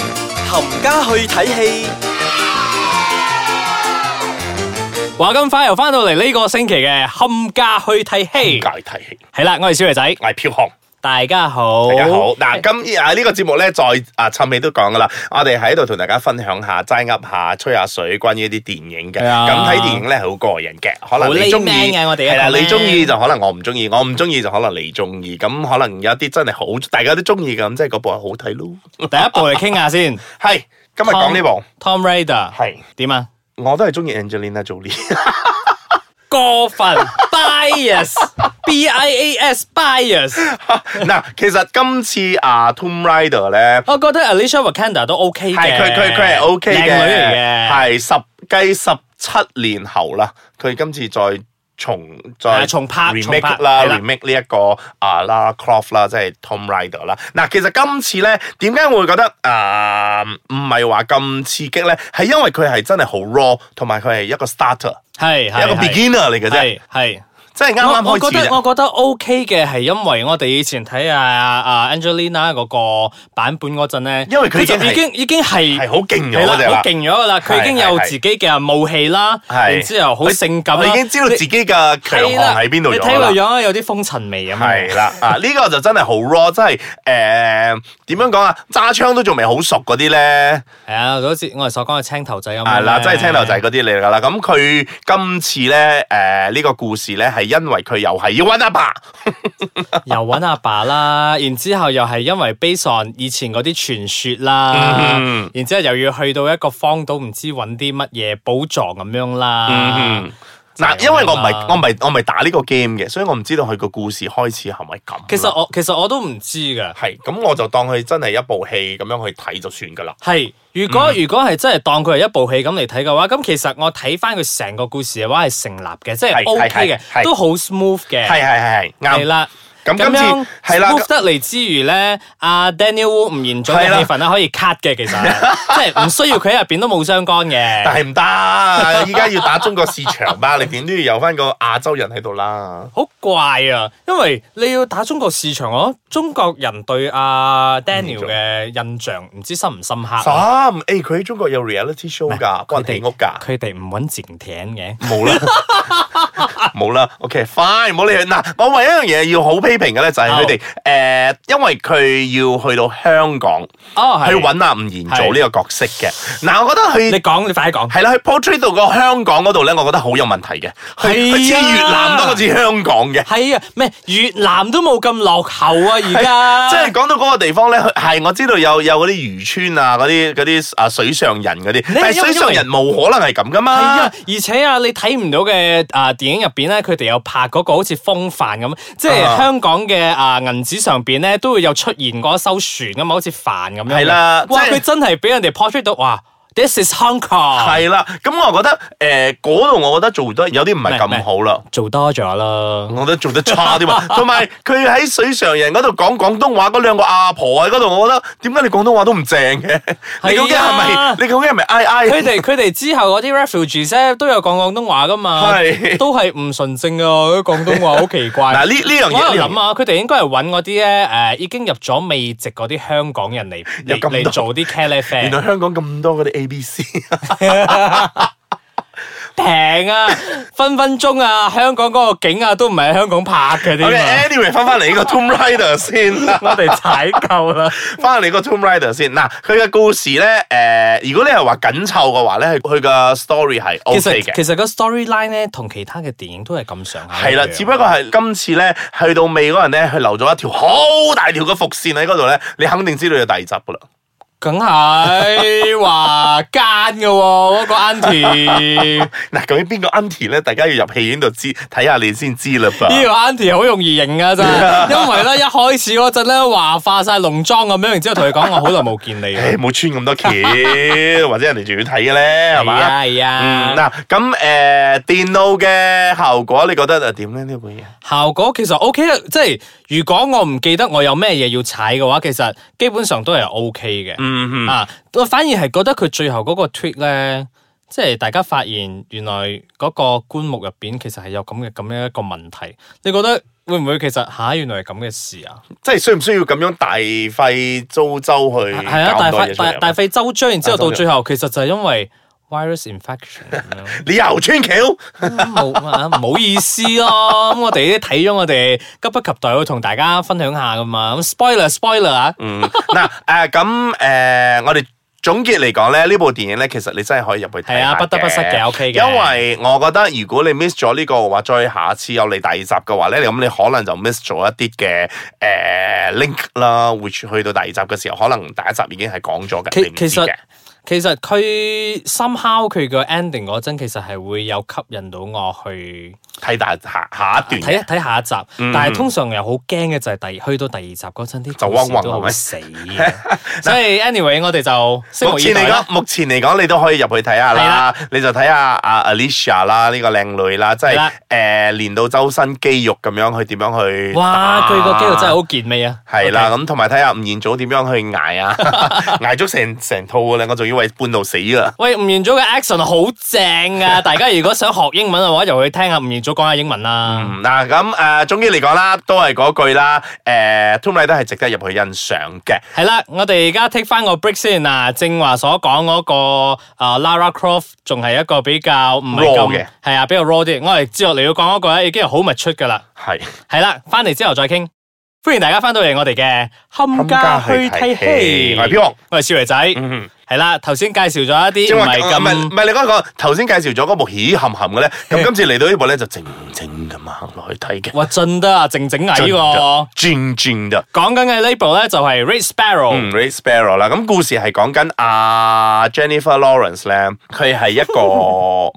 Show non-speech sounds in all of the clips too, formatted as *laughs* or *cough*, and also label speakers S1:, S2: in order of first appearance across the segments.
S1: 冚家去睇戲。
S2: 话咁快又翻到嚟呢個星期嘅冚家去睇戲，
S3: 界提起，
S2: 係啦，我係小肥仔，
S3: 我係飄紅。
S2: 大家好，
S3: 大家好，嗱，今啊呢個節目咧，再啊趁尾都講噶啦，我哋喺度同大家分享下、齋噏下、吹下水，關於一啲電影嘅。
S2: 係啊
S3: 咁睇電影咧係好個人嘅，可
S2: 好
S3: 能你中意
S2: layman 嘅我哋一個
S3: 係啦，
S2: 咩
S3: 你中意就可能我唔中意，我唔中意就可能你中意，咁可能有一啲真係好，大家都中意咁，即係嗰部係好睇咯。
S2: 第一部嚟傾下先
S3: 係今日講呢部，
S2: ，Tom Raider
S3: 係
S2: 點啊？
S3: 我都係中意 Angelina Jolie， *laughs*
S2: 過分 bias，b i a s bias，
S3: 嗱，其實今次啊 Tomb Raider 咧。
S2: 我覺得 Alicia Vikander 都 OK 嘅，
S3: 係佢佢佢係 O K 嘅，
S2: 靚女嚟嘅，
S3: 係十計十七年後啦，佢今次再重
S2: 係
S3: 再
S2: 重拍重拍
S3: remake 啦
S2: 係啦
S3: ，remake 呢一個啊 Lara Croft 啦，即係 Tom Rider 啦。嗱，其實今次咧，點解我會覺得啊唔係話咁刺激咧？係因為佢係真係好 raw，同埋佢係一個 starter，
S2: 係係
S3: 一個 beginner 嚟嘅啫，
S2: 係係。
S3: 即係啱
S2: 我
S3: 啱
S2: 我
S3: 開
S2: 覺
S3: 始啊
S2: 得
S3: 啫。
S2: 我覺得 OK 嘅係因為我哋以前睇啊啊 Angelina 嗰個版本嗰陣咧，
S3: 因為佢已經
S2: 就已
S3: 係
S2: 經已經係
S3: 係好勁咗
S2: 係啦
S3: 嗰隻啦
S2: 好勁咗噶啦，佢已經
S3: 係係
S2: 有
S3: 係
S2: 自己嘅武器啦，
S3: 係
S2: 然之後好性感啦，
S3: 我已經知道自己嘅強
S2: 係啦
S3: 項喺邊度
S2: 你
S3: 咗
S2: 睇
S3: 啦
S2: 個。樣有啲風塵味咁樣。
S3: 係啦，啊呢、個就真係好 raw，真係诶點樣講啊？揸槍都仲未好熟嗰啲咧，
S2: 係啊，就好似我哋所講嘅青頭仔咁樣。
S3: 係啦，啊真係青頭仔。嗰啲嚟㗎啦。咁佢今次咧诶呢個故事咧係因為佢又係要搵阿爸，
S2: *laughs* 又揾阿爸啦，然之後又係因為 base on 以前嗰啲傳說啦，
S3: 嗯
S2: 然之後又要去到一個荒島，唔知揾啲乜嘢寶藏咁樣啦。
S3: 嗯
S2: 就係
S3: 嗱，
S2: 咁
S3: 因為我唔
S2: 啦
S3: 係我唔係我唔係打呢個 game 嘅，所以我唔知道佢個故事開始係咪咁啦。
S2: 其實我其實我都唔知㗎。
S3: 係咁，我就當佢真係一部戲咁樣去睇就算㗎啦。
S2: 係，如果、
S3: 嗯
S2: 如果係真係當佢係一部戲咁嚟睇嘅話，咁其實我睇翻佢成個故事嘅話係成立嘅，即係
S3: 係
S2: OK
S3: 係
S2: 嘅，
S3: 係
S2: 都好 smooth 嘅。
S3: 係係係係
S2: 係
S3: 啱。
S2: 啦。
S3: 咁今次
S2: 樣
S3: 係啦
S2: smooth 得嚟之餘咧，阿 Daniel Wu 唔嚴重
S3: 係
S2: 嘅
S3: 啦
S2: 氣氛啦，可以 cut 嘅，其實
S3: *laughs*
S2: 即係唔需要佢喺入邊都冇相干
S3: 但
S2: 嘅。
S3: 係唔 *laughs* 得，依家要打中國市場吧，你點都要有翻個亞洲人喺度啦。
S2: 好怪啊！因為你要打中國市場，我中國人對阿、Daniel 嘅印象唔知深唔深刻啊。
S3: 三，誒佢喺中國有 reality show 㗎，關起屋㗎，
S2: 佢哋唔揾靜艇嘅。
S3: 冇啦，冇啦，OK，fine，唔好理佢。嗱，我唯一一樣嘢要好批評嘅咧，就係佢哋誒，因為佢要去到香港
S2: 哦，係
S3: 去揾阿吳彥祖呢個角色嘅。嗱，我覺
S2: 你
S3: 得佢
S2: 講，你快啲講。
S3: 係啦，佢 portray 到個香港嗰度咧，我覺得好有問題嘅，佢
S2: 係啊
S3: 佢似越南多過似香港嘅。
S2: 係啊，咩越南都冇咁落後啊，而家
S3: 即係講到嗰個地方咧，係我知道有有嗰啲漁村啊，嗰啲嗰啲啊水上人嗰啲，
S2: 你
S3: 但係
S2: 因為
S3: 水上人冇可能係咁噶
S2: 係
S3: 嘛
S2: 啊。，而且啊，你睇唔到嘅啊電影入邊咧，佢哋有拍嗰個好似風帆咁，即係
S3: 啊
S2: 香港嘅啊銀紙上邊咧都會有出現嗰一艘船咁啊，好似帆咁樣嘅。
S3: 係啦
S2: 哇！
S3: 即係
S2: 佢真係俾人哋 portray 到，哇！This is Hong Kong，
S3: 係啦，咁我覺得誒嗰度，我覺得做得有啲唔係咁好啦。
S2: 做多咗啦。
S3: 我覺得做得差啲嘛，
S2: *laughs*
S3: 同埋佢喺水上人嗰度講廣東話嗰兩個阿婆喺嗰度，我覺得點解你廣東話都唔正
S2: *laughs*
S3: 嘅？你究竟係咪？你究竟係咪 I
S2: 啊
S3: I？
S2: 佢
S3: *laughs*
S2: 哋佢哋之後嗰啲 refugees 咧都有講廣東話噶嘛，
S3: 係
S2: 都係唔純正噶，嗰啲廣東話好奇怪。
S3: *laughs* 嗱呢呢樣
S2: 我喺
S3: 嘢
S2: 度
S3: 呢樣
S2: 諗
S3: 嘢，
S2: 啊，佢哋應該係揾嗰啲咧誒已經入咗美籍嗰啲香港人嚟
S3: 有
S2: 嚟
S3: 咁多
S2: 嚟做啲 c a l i f
S3: 原
S2: a
S3: 來香港咁多嗰啲 A B C，
S2: *laughs* 平啊，分分鐘啊，香港嗰個景啊都唔係喺香港拍嘅添
S3: *laughs* OK，
S2: *laughs* 啊，
S3: anyway，翻翻嚟呢個 Tomb Raider 先 *laughs* 啦。
S2: 我哋踩夠
S3: *laughs*
S2: 啦。
S3: 翻嚟個 Tomb Raider 先，嗱佢嘅故事咧，誒、如果你係話緊湊嘅話咧，佢嘅 story 係
S2: 其
S3: O K
S2: 實
S3: 嘅，
S2: 其實個 storyline 咧同其他嘅電影都係啊咁上下一樣。
S3: 係啦，只不過係今次咧去到尾嗰陣咧，佢留咗一條好大條嘅伏線喺嗰度咧，你肯定知道有第二集噶啦。
S2: 梗係話奸嘅喎，嗰個 auntie，呢
S3: 嗱，究竟邊個 Auntie 咧？大家要入戲院度知睇下你先知啦
S2: *laughs*
S3: 噃。
S2: 個 auntie 好容易認啊
S3: *laughs*
S2: 真係，因為咧一開始嗰陣咧話化晒濃妝咁樣，然之後同佢講我好耐冇見你啦
S3: 誒冇穿咁
S2: *laughs*
S3: 多橋，或者人哋仲要睇嘅咧， *laughs* 係嘛？
S2: 係啊
S3: 嗯，
S2: 係啊，
S3: 嗱咁誒電腦嘅效果，你覺得誒點咧呢部嘢？
S2: 效果其實 O K 啦，即係如果我唔記得我有咩嘢要踩嘅話，其實基本上都係 O K 嘅。
S3: 嗯哼。
S2: 啊，我反而係覺得佢最後嗰個 tweet 咧，即係大家發現原來嗰個棺木入邊其實係有咁嘅咁樣一個問題。你覺得會唔會其實吓原來係咁嘅事啊？
S3: 即係需唔需要咁樣大費周周去搞
S2: 係啊，大
S3: 咁多嘢
S2: 費
S3: 出
S2: 大
S3: 嚟
S2: 大
S3: 啊？
S2: 費周章，然之後
S3: 大費
S2: 到
S3: 周章
S2: 最後其實就係因為 virus infection 咁
S3: *laughs*
S2: 樣。
S3: 你又穿橋，
S2: 冇啊，唔好意思咯。咁我哋啲睇咗，我哋急不及待去同大家分享下噶嘛。咁 spoiler spoiler 啊，
S3: 嗯，嗱誒咁誒，我哋總結嚟講咧，呢部電影咧，其實你真係可以入去睇
S2: 係啊，
S3: 下
S2: 不得不失嘅，OK 嘅。
S3: 因為我覺得如果你 miss 咗呢個嘅話，再下次有你第二集嘅話咧，咁你可能就 miss 咗一啲嘅誒 link 啦，which 去到第二集嘅時候，可能第一集已經係講咗嘅，
S2: 其
S3: 你唔知
S2: 其實
S3: 嘅。
S2: 其實佢 somehow 佢個 ending 嗰陣，其實係會有吸引到我去
S3: 睇大下下一段
S2: 睇一睇下一集。
S3: 嗯
S2: 但係通常又好驚嘅就係第去到第二集嗰陣啲
S3: 就嗡
S2: 故事
S3: 嗡
S2: 都
S3: 係
S2: 好
S3: 咪
S2: 死嘅。所以 anyway，我哋就拭
S3: 目
S2: 目以
S3: 前
S2: 待
S3: 嚟
S2: 啦。
S3: 講，目前嚟講，你都可以入去睇
S2: 係
S3: 下啦
S2: 啦。
S3: 你就睇下阿 Alicia 啦，呢個靚女啦，即
S2: 係
S3: 係
S2: 啦
S3: 誒練到周身肌肉咁樣，去點樣去
S2: 哇！
S3: 打
S2: 佢個肌肉真係好健美啊。
S3: 係啦，咁同埋睇下吳彥祖點樣去
S2: *laughs*
S3: 捱啊，捱足成成套嘅咧，我仲以為半路死啊啦。
S2: 喂，吳彥祖嘅 action 好正啊！大家如果想學英文嘅話，就去聽下吳彥祖講下英文啦。
S3: 嗯嗱咁誒，總結嚟講啦，都係嗰句啦，誒，Tomb Raider 係值得入去欣賞嘅。
S2: 係啦，我哋而家 take 翻個 break 先嗱，正話所講嗰個啊 Lara Croft 仲係一個比較唔係
S3: Raw 嘅
S2: 咁係啊，比較 raw 啲。我哋之後嚟要講嗰個咧，已經係好密出噶啦。
S3: 係，
S2: 係啦，翻嚟之後再傾。歡迎大家翻到嚟我哋嘅冚家去睇戲。
S3: 我係飄紅
S2: 我係少爺仔。
S3: 嗯，
S2: 係啦，頭先介紹咗一啲
S3: 正
S2: 唔
S3: 話啊
S2: 係
S3: 唔係
S2: 咁
S3: 唔係你嗰個頭先介紹咗嗰部喜含含嘅咧，
S2: *laughs*
S3: 咁今次嚟到呢部咧就靜靜咁行落去睇嘅，
S2: 哇進得啊，靜靜矮喎。
S3: 轉轉嘅。
S2: 講緊嘅呢部咧就係 Red Sparrow。
S3: 嗯，Ray Sparrow 啦，咁故事係講緊阿 Jennifer Lawrence 咧，佢係一個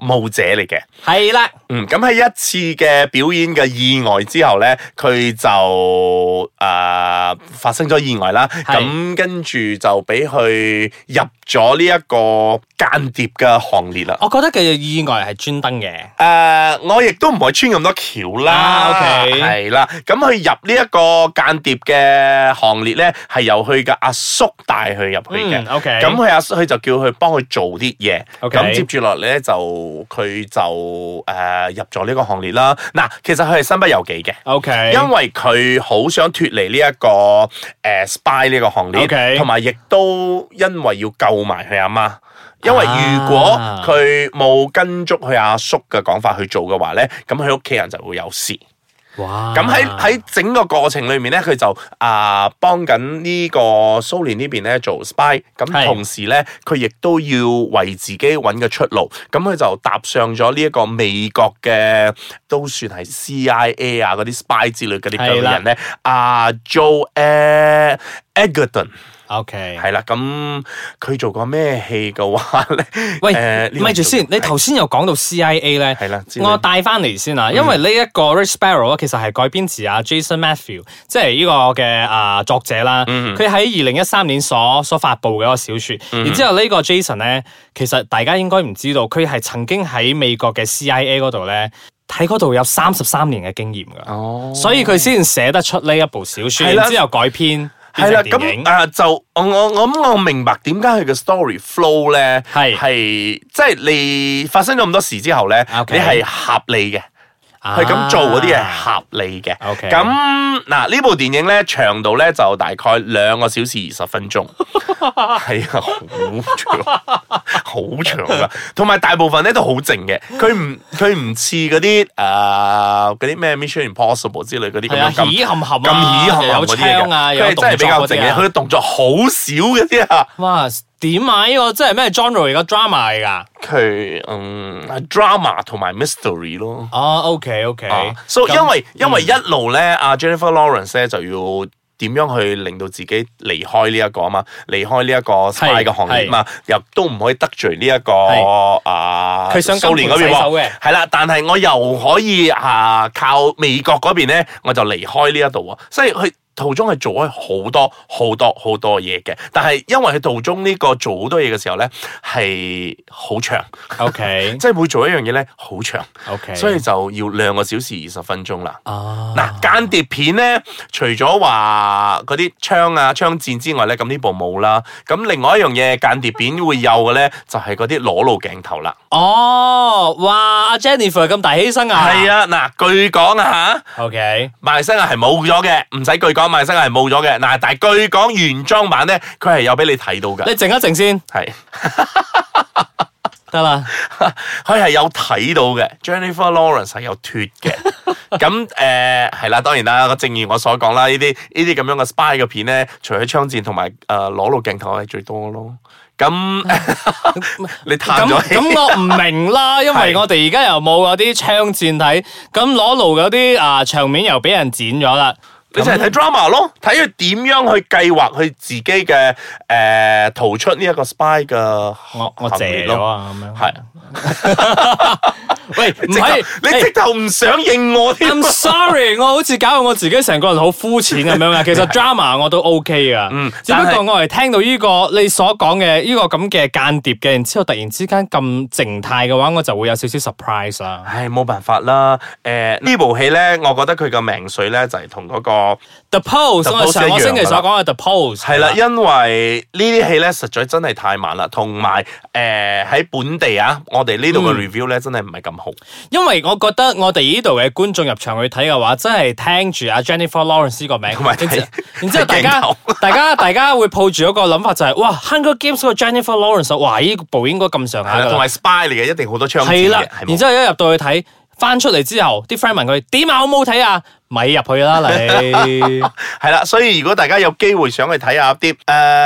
S2: *laughs*
S3: 舞者嚟嘅。
S2: 系啦，
S3: 嗯，咁喺一次嘅表演嘅意外之後咧，佢就誒、呃、發生咗意外啦。
S2: 係
S3: 咁跟住就俾佢入咗呢一個間諜嘅行列啦。誒、
S2: 我覺得佢嘅意外係專登嘅，
S3: 我亦都唔可以穿咁多橋啦。
S2: 啊，OK
S3: 係啦。咁佢入呢一個間諜嘅行列咧，係由佢嘅阿叔帶佢入去嘅。
S2: 嗯，OK，
S3: 咁佢阿叔佢就叫佢幫佢做啲嘢，咁
S2: OK
S3: 接住落嚟咧就佢就誒、呃入咗呢個行列啦。嗱，其實佢係身不由己嘅。
S2: ，OK，
S3: 因為佢好想脱離呢、一個誒、呃 spy 呢個行列，同
S2: OK
S3: 埋亦都因為要救埋佢阿媽。因為如果
S2: 啊
S3: 佢冇跟足佢阿叔嘅講法去做嘅話咧，咁佢屋企人就會有事。
S2: 哇，
S3: 咁喺喺整個過程裏面咧，佢就啊幫緊呢個蘇聯呢邊咧做 spy，咁
S2: 係
S3: 同時咧佢亦都要為自己揾個出路，咁佢就踏上咗呢一個美國嘅都算係 CIA 啊嗰啲 spy 之類嗰啲
S2: 係
S3: 嘅
S2: 啦
S3: 人咧，啊 Joe e d g e r t o n
S2: OK，
S3: 係啦，咁佢做過咩戲嘅話咧？誒
S2: 喂
S3: 呢，個
S2: 咪住先
S3: 做，
S2: 你頭先又講到 CIA 咧，
S3: 係啦嗯之類
S2: 我帶翻嚟先啊，因為呢一個 Rich Sparrow 其實係改編自啊 Jason Matthew，即係呢個嘅啊作者啦，
S3: 嗯
S2: 佢喺二零一三年所所發布嘅一個小說，然之後呢個 Jason 咧，其實大家應該唔知道，佢係曾經喺美國嘅 CIA 嗰度咧，喺嗰度有三十三年嘅經驗㗎。
S3: 哦。
S2: 所以佢先寫得出呢一部小
S3: 係
S2: 說，
S3: 啦
S2: 然之後改編
S3: 係
S2: 變
S3: 啦，
S2: 成電影
S3: 咁。啊就我我我咁我明白點解佢嘅 story flow 咧
S2: 係
S3: 係即係你發生咗咁多事之後咧
S2: 啊 OK
S3: 你係合理嘅，佢
S2: 佢
S3: 咁做嗰啲啊係合理嘅。
S2: 啊 OK
S3: 咁嗱呢部電影咧長度咧就大概兩個小時二十分
S2: *laughs*
S3: 鐘，係啊好長，好長噶，同埋大部分咧都好靜嘅，佢唔佢唔似嗰啲誒啊嗰啲咩 Mission Impossible 之類嗰啲咁
S2: 係啊，
S3: 樣咁
S2: 喜含含
S3: 咁喜含
S2: 有
S3: 嗰啲嘢
S2: 槍啊，
S3: 嘅，
S2: 有
S3: 佢係真係比較靜嘅，
S2: 嘅。
S3: 佢嘅動作好少嘅啫啊！
S2: 哇，點啊？呢個真係咩 genre 嚟噶？drama 嚟噶？
S3: 佢嗯 drama 同埋 mystery 咯。
S2: 哦，OK OK，嗯
S3: 啊，so 因為因為一路咧，阿 Jennifer Lawrence 咧就要點樣去令到自己離開呢一個啊嘛，離開呢一個 spy
S2: 係
S3: 嘅行業嘛，又都唔可以得罪呢一個啊
S2: 佢想
S3: 蘇聯嗰
S2: 金
S3: 邊
S2: 盆洗手
S3: 喎
S2: 嘅，
S3: 係啦，但係我又可以啊靠美國嗰邊咧，我就離開呢一度喎，所以佢。途中係做開好多好多好多嘢嘅，但係因為佢途中呢個做好多嘢嘅時候咧係好長， *laughs*
S2: OK
S3: 即係每做一樣嘢咧好長，
S2: OK，
S3: 所以就要兩個小時二十分鐘啦。
S2: 啊
S3: 嗱，間諜片咧，除咗話嗰啲槍啊、槍戰之外咧，咁呢部冇啦。咁另外一樣嘢間諜片會有嘅咧，就係嗰啲裸露鏡頭啦。
S2: 哦，哇，阿 Jennifer 咁大犧牲啊，
S3: 係啊，嗱，據講啊嚇，
S2: ，OK，
S3: 馬來西亞係冇咗嘅，唔使據講，馬來西亞係冇咗嘅。嗱，但係據講原裝版咧，佢係有俾你睇到
S2: 你
S3: 㗎，
S2: 靜一靜先，
S3: 係
S2: 得啦，
S3: *laughs* 佢係有睇到嘅。Jennifer Lawrence 係有脱
S2: *laughs*
S3: 嘅。咁誒係啦，當然啦，正如我所講啦，呢啲呢啲咁樣嘅 spy 嘅片咧，除咗槍戰同埋誒裸露鏡頭係最多咯。咁 *laughs* 你
S2: 嗯咁
S3: 嘆咗氣
S2: 咁我唔明啦，因為
S3: 係
S2: 我哋而家又冇嗰啲槍戰睇，咁裸露嗰啲啊場面又俾人剪咗啦，
S3: 你就係睇 drama 咯，睇佢點樣去計劃佢自己嘅誒、呃逃出呢一個 spy 嘅
S2: 我我
S3: 行
S2: 謝
S3: 列
S2: 咗
S3: 咯，
S2: 啊咁樣，
S3: 係
S2: 喂，唔
S3: 直
S2: 係
S3: 頭你直頭唔想認我添
S2: I'm sorry，我
S3: *laughs*
S2: 好似搞到我自己成個人好膚淺咁樣啊。其實 drama 我都 OK 噶，
S3: 嗯
S2: 只不
S3: 但係
S2: 過我係聽到呢、個你所講嘅呢個咁嘅間諜嘅，然之後突然之間咁靜態嘅話，我就會有少少 surprise 啦。
S3: 唉，冇辦法啦。誒、
S2: 嗯
S3: 呢部戲咧，我覺得佢嘅命水咧就係同嗰個
S2: The Pose，
S3: The
S2: 我哋
S3: Post
S2: 上個星期
S3: 一樣㗎
S2: 所
S3: 啦
S2: 講嘅 The Pose
S3: 係啦，因為呢啲戲咧實在真係太慢啦，同埋誒喺本地啊，我哋呢度
S2: 嗯
S3: 嘅 review 咧真係唔係咁好。
S2: 因為我覺得我哋呢度嘅觀眾入場去睇嘅話，真係聽住阿 Jennifer Lawrence 呢個名，
S3: 同埋
S2: 然之
S3: 睇
S2: 然之後大
S3: 睇
S2: 家
S3: 鏡頭
S2: 大家大家會抱住一個諗法就係、哇，Hunger Games 個 Jennifer Lawrence，哇，呢部應該咁上下
S3: 係
S2: 㗎
S3: 啦，
S2: 啦
S3: 同埋 spy 嚟嘅，一定好多槍戰
S2: 係啦
S3: 嘅，係，
S2: 然
S3: 冇
S2: 之後一入到去睇，翻出嚟之後，啲 friend 問佢點啊，好唔好睇啊？咪入去啦
S3: *laughs*
S2: 你，
S3: 係啦，所以如果大家有機會想去睇下啲誒，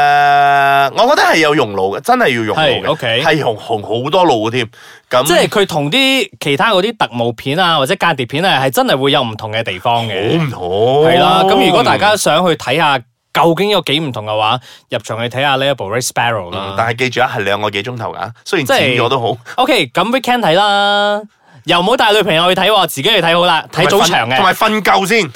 S3: 呃我覺得係有用腦嘅，真係要用腦
S2: 係，OK
S3: 嘅，係用紅好多路嘅添。咁
S2: 即係佢同啲其他嗰啲特務片啊或者間諜片啊，係真係會有唔同嘅地方嘅，
S3: 好唔同
S2: 係啦。咁如果大家想去睇下究竟有幾唔同嘅話，入場去睇下呢一部《Red Sparrow》
S3: 嗯
S2: 啦。
S3: 但係記住啊，係兩個幾鐘頭㗎，雖然
S2: 即係
S3: 剪咗都好，
S2: OK，咁 weekend 睇啦，又唔好帶女朋友去睇喎，自己去睇好啦，睇早場
S3: 同
S2: 嘅。
S3: 埋瞓夠 *laughs* 先。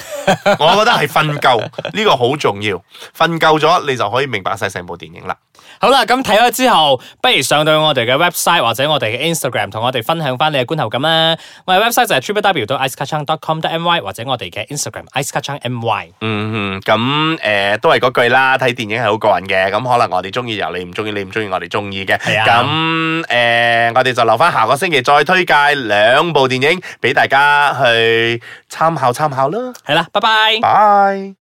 S3: 我覺得係瞓夠呢個好重要，瞓夠咗你就可以明白晒成部電影啦。
S2: 好啦，咁睇咗之後，不如上到我哋嘅 website 或者我哋嘅 Instagram 同我哋分享翻你嘅觀後感啦。我哋 website 就係 www.icekacang.com.my 或者我哋嘅 Instagram icekacangmy。
S3: 嗯，咁誒、呃都係嗰句啦，睇電影係好個人嘅，咁可能我哋中意由你唔中意，你唔中意我哋中意嘅。
S2: 係啊
S3: 咁誒、呃我哋就留翻下個星期再推介兩部電影俾大家去參考參考啦。
S2: 係啦，拜拜。
S3: 拜。